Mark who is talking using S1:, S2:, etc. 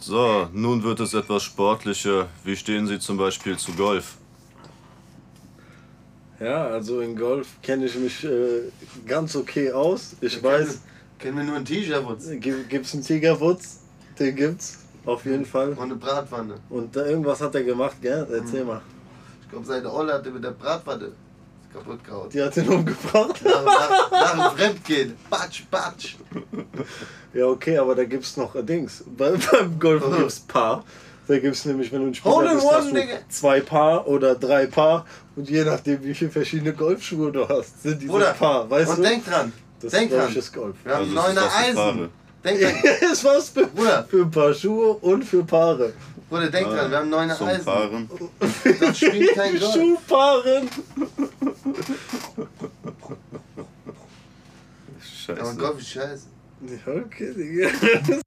S1: So, nun wird es etwas sportlicher. Wie stehen Sie zum Beispiel zu Golf?
S2: Ja, also in Golf kenne ich mich äh, ganz okay aus. Ich weiß,
S3: Kennen wir nur einen Tigerwurz
S2: gi- gibt's einen Tigerwutz? Den gibt's, auf jeden Fall.
S3: und eine Bratwanne.
S2: Und da irgendwas hat er gemacht, gell?
S3: Mhm.
S2: Erzähl mal.
S3: Ich glaube, seine Olle hat er mit der Bratwanne kaputt gehauen.
S2: Die hat ihn umgebracht.
S3: Nach, nach, nach dem Fremdgehen. Batsch, batsch.
S2: Ja, okay, aber da gibt's noch äh, Dings. Bei, beim Golf gibt's Paar. Da gibt's nämlich, wenn du ein Spieler
S3: Hole in
S2: bist,
S3: one,
S2: hast
S3: Digga.
S2: du zwei Paar oder drei Paar. Und je nachdem, wie viele verschiedene Golfschuhe du hast, sind diese
S3: Bruder,
S2: Paar. Weißt
S3: und
S2: du?
S3: denk dran.
S2: das
S3: denk
S2: ist
S3: dran.
S2: deutsches Golf.
S3: Wir haben
S1: Also es ist
S3: neuner
S1: aus der
S3: Eisen.
S1: Fahne.
S3: Denk dran,
S2: ist was für,
S3: Bruder.
S2: für ein paar Schuhe und für Paare.
S3: Bruder, denk dran. Wir haben neuner
S1: Zum
S3: Eisen. Oh.
S1: Fahren.
S3: Das spielt kein Golf.
S2: Schuhpaaren.
S3: Aber
S1: Scheiße.
S3: Golf ist scheiße.
S2: Ja, okay, Digga.